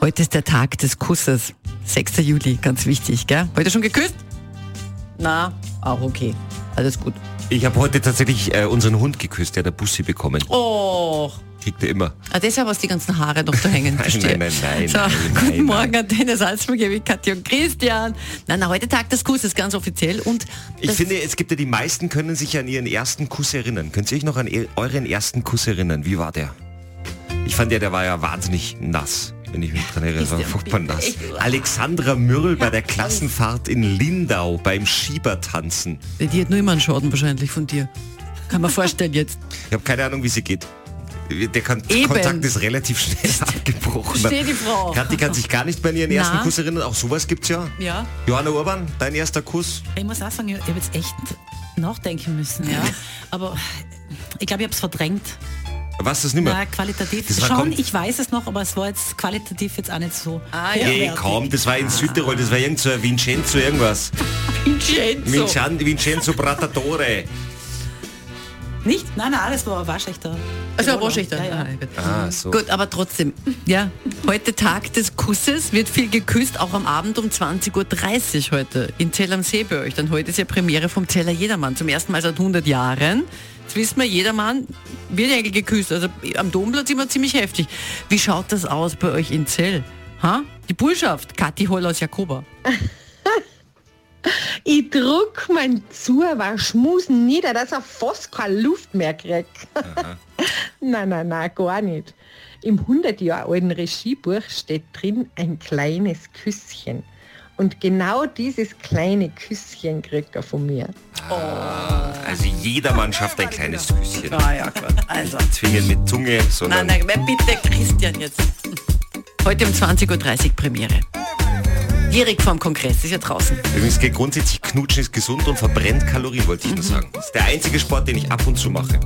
Heute ist der Tag des Kusses. 6. Juli, ganz wichtig, gell? Heute schon geküsst? Na, auch okay. Alles gut. Ich habe heute tatsächlich äh, unseren Hund geküsst, der hat eine Bussi bekommen. Oh, Kriegt er immer. ah, deshalb hast du die ganzen Haare noch da hängen. Nein, verstehe. nein, nein, nein, so, nein, Guten nein, Morgen an Dennis Salzburg, mit Katja und Christian. Nein, na, heute Tag des Kusses, ganz offiziell. Und Ich das- finde, es gibt ja die meisten können sich an ihren ersten Kuss erinnern. Könnt ihr euch noch an e- euren ersten Kuss erinnern? Wie war der? Ich fand ja, der war ja wahnsinnig nass, wenn ich mich dran erinnere. War Christian, furchtbar bitte, nass. ich- Alexandra Mürrl bei der Klassenfahrt in Lindau beim Schiebertanzen. Die hat nur immer einen Schaden wahrscheinlich von dir. Kann man vorstellen jetzt. Ich habe keine Ahnung, wie sie geht. Der Kon Eben. Kontakt ist relativ schnell abgebrochen. Versteh die Frau. Kathi kann sich gar nicht mehr an ihren ersten Na. Kuss erinnern. Auch sowas gibt's ja. Ja. Johanna Urban, dein erster Kuss? Ich muss auch sagen, ich habe jetzt echt nachdenken müssen, ja. Aber ich glaube, ich habe es verdrängt. Was ist nicht mehr? Na, qualitativ. Das war Schon, kommt- ich weiß es noch, aber es war jetzt qualitativ jetzt auch nicht so. Ah, ja. Ey, kaum, das Ah. war in Südtirol, das war irgend so ein Vincenzo irgendwas. Vincenzo. Vincen- Vincenzo Bratatore. Nicht? Nein, nein, das war Waschächter. Also Rohrschichter. Ja, ja. Ah, so. Gut, aber trotzdem. Ja, heute Tag des Kusses wird viel geküsst, auch am Abend um 20.30 Uhr heute in Zell am See bei euch. Denn heute ist ja Premiere vom Zeller Jedermann, zum ersten Mal seit 100 Jahren. Jetzt wissen wir, Jedermann wird ja eigentlich geküsst. Also am Domplatz immer ziemlich heftig. Wie schaut das aus bei euch in Zell? Ha? Die Bullschaft, Kathi Holl aus Jakoba. Ich druck mein Zuhörer schmusen nieder, dass er fast keine Luft mehr kriegt. nein, nein, nein, gar nicht. Im 100 Jahre alten Regiebuch steht drin ein kleines Küsschen. Und genau dieses kleine Küsschen kriegt er von mir. Also jedermann schafft ein kleines Küsschen. Ah ja, gut. Also. Zwingen mit Zunge, Nein, sondern nein, wer bitte Christian jetzt. Heute um 20.30 Uhr Premiere. Direkt vorm Kongress, ist ja draußen. übrigens geht grundsätzlich knutschen ist gesund und verbrennt Kalorien, wollte ich nur sagen. Das ist der einzige Sport, den ich ab und zu mache.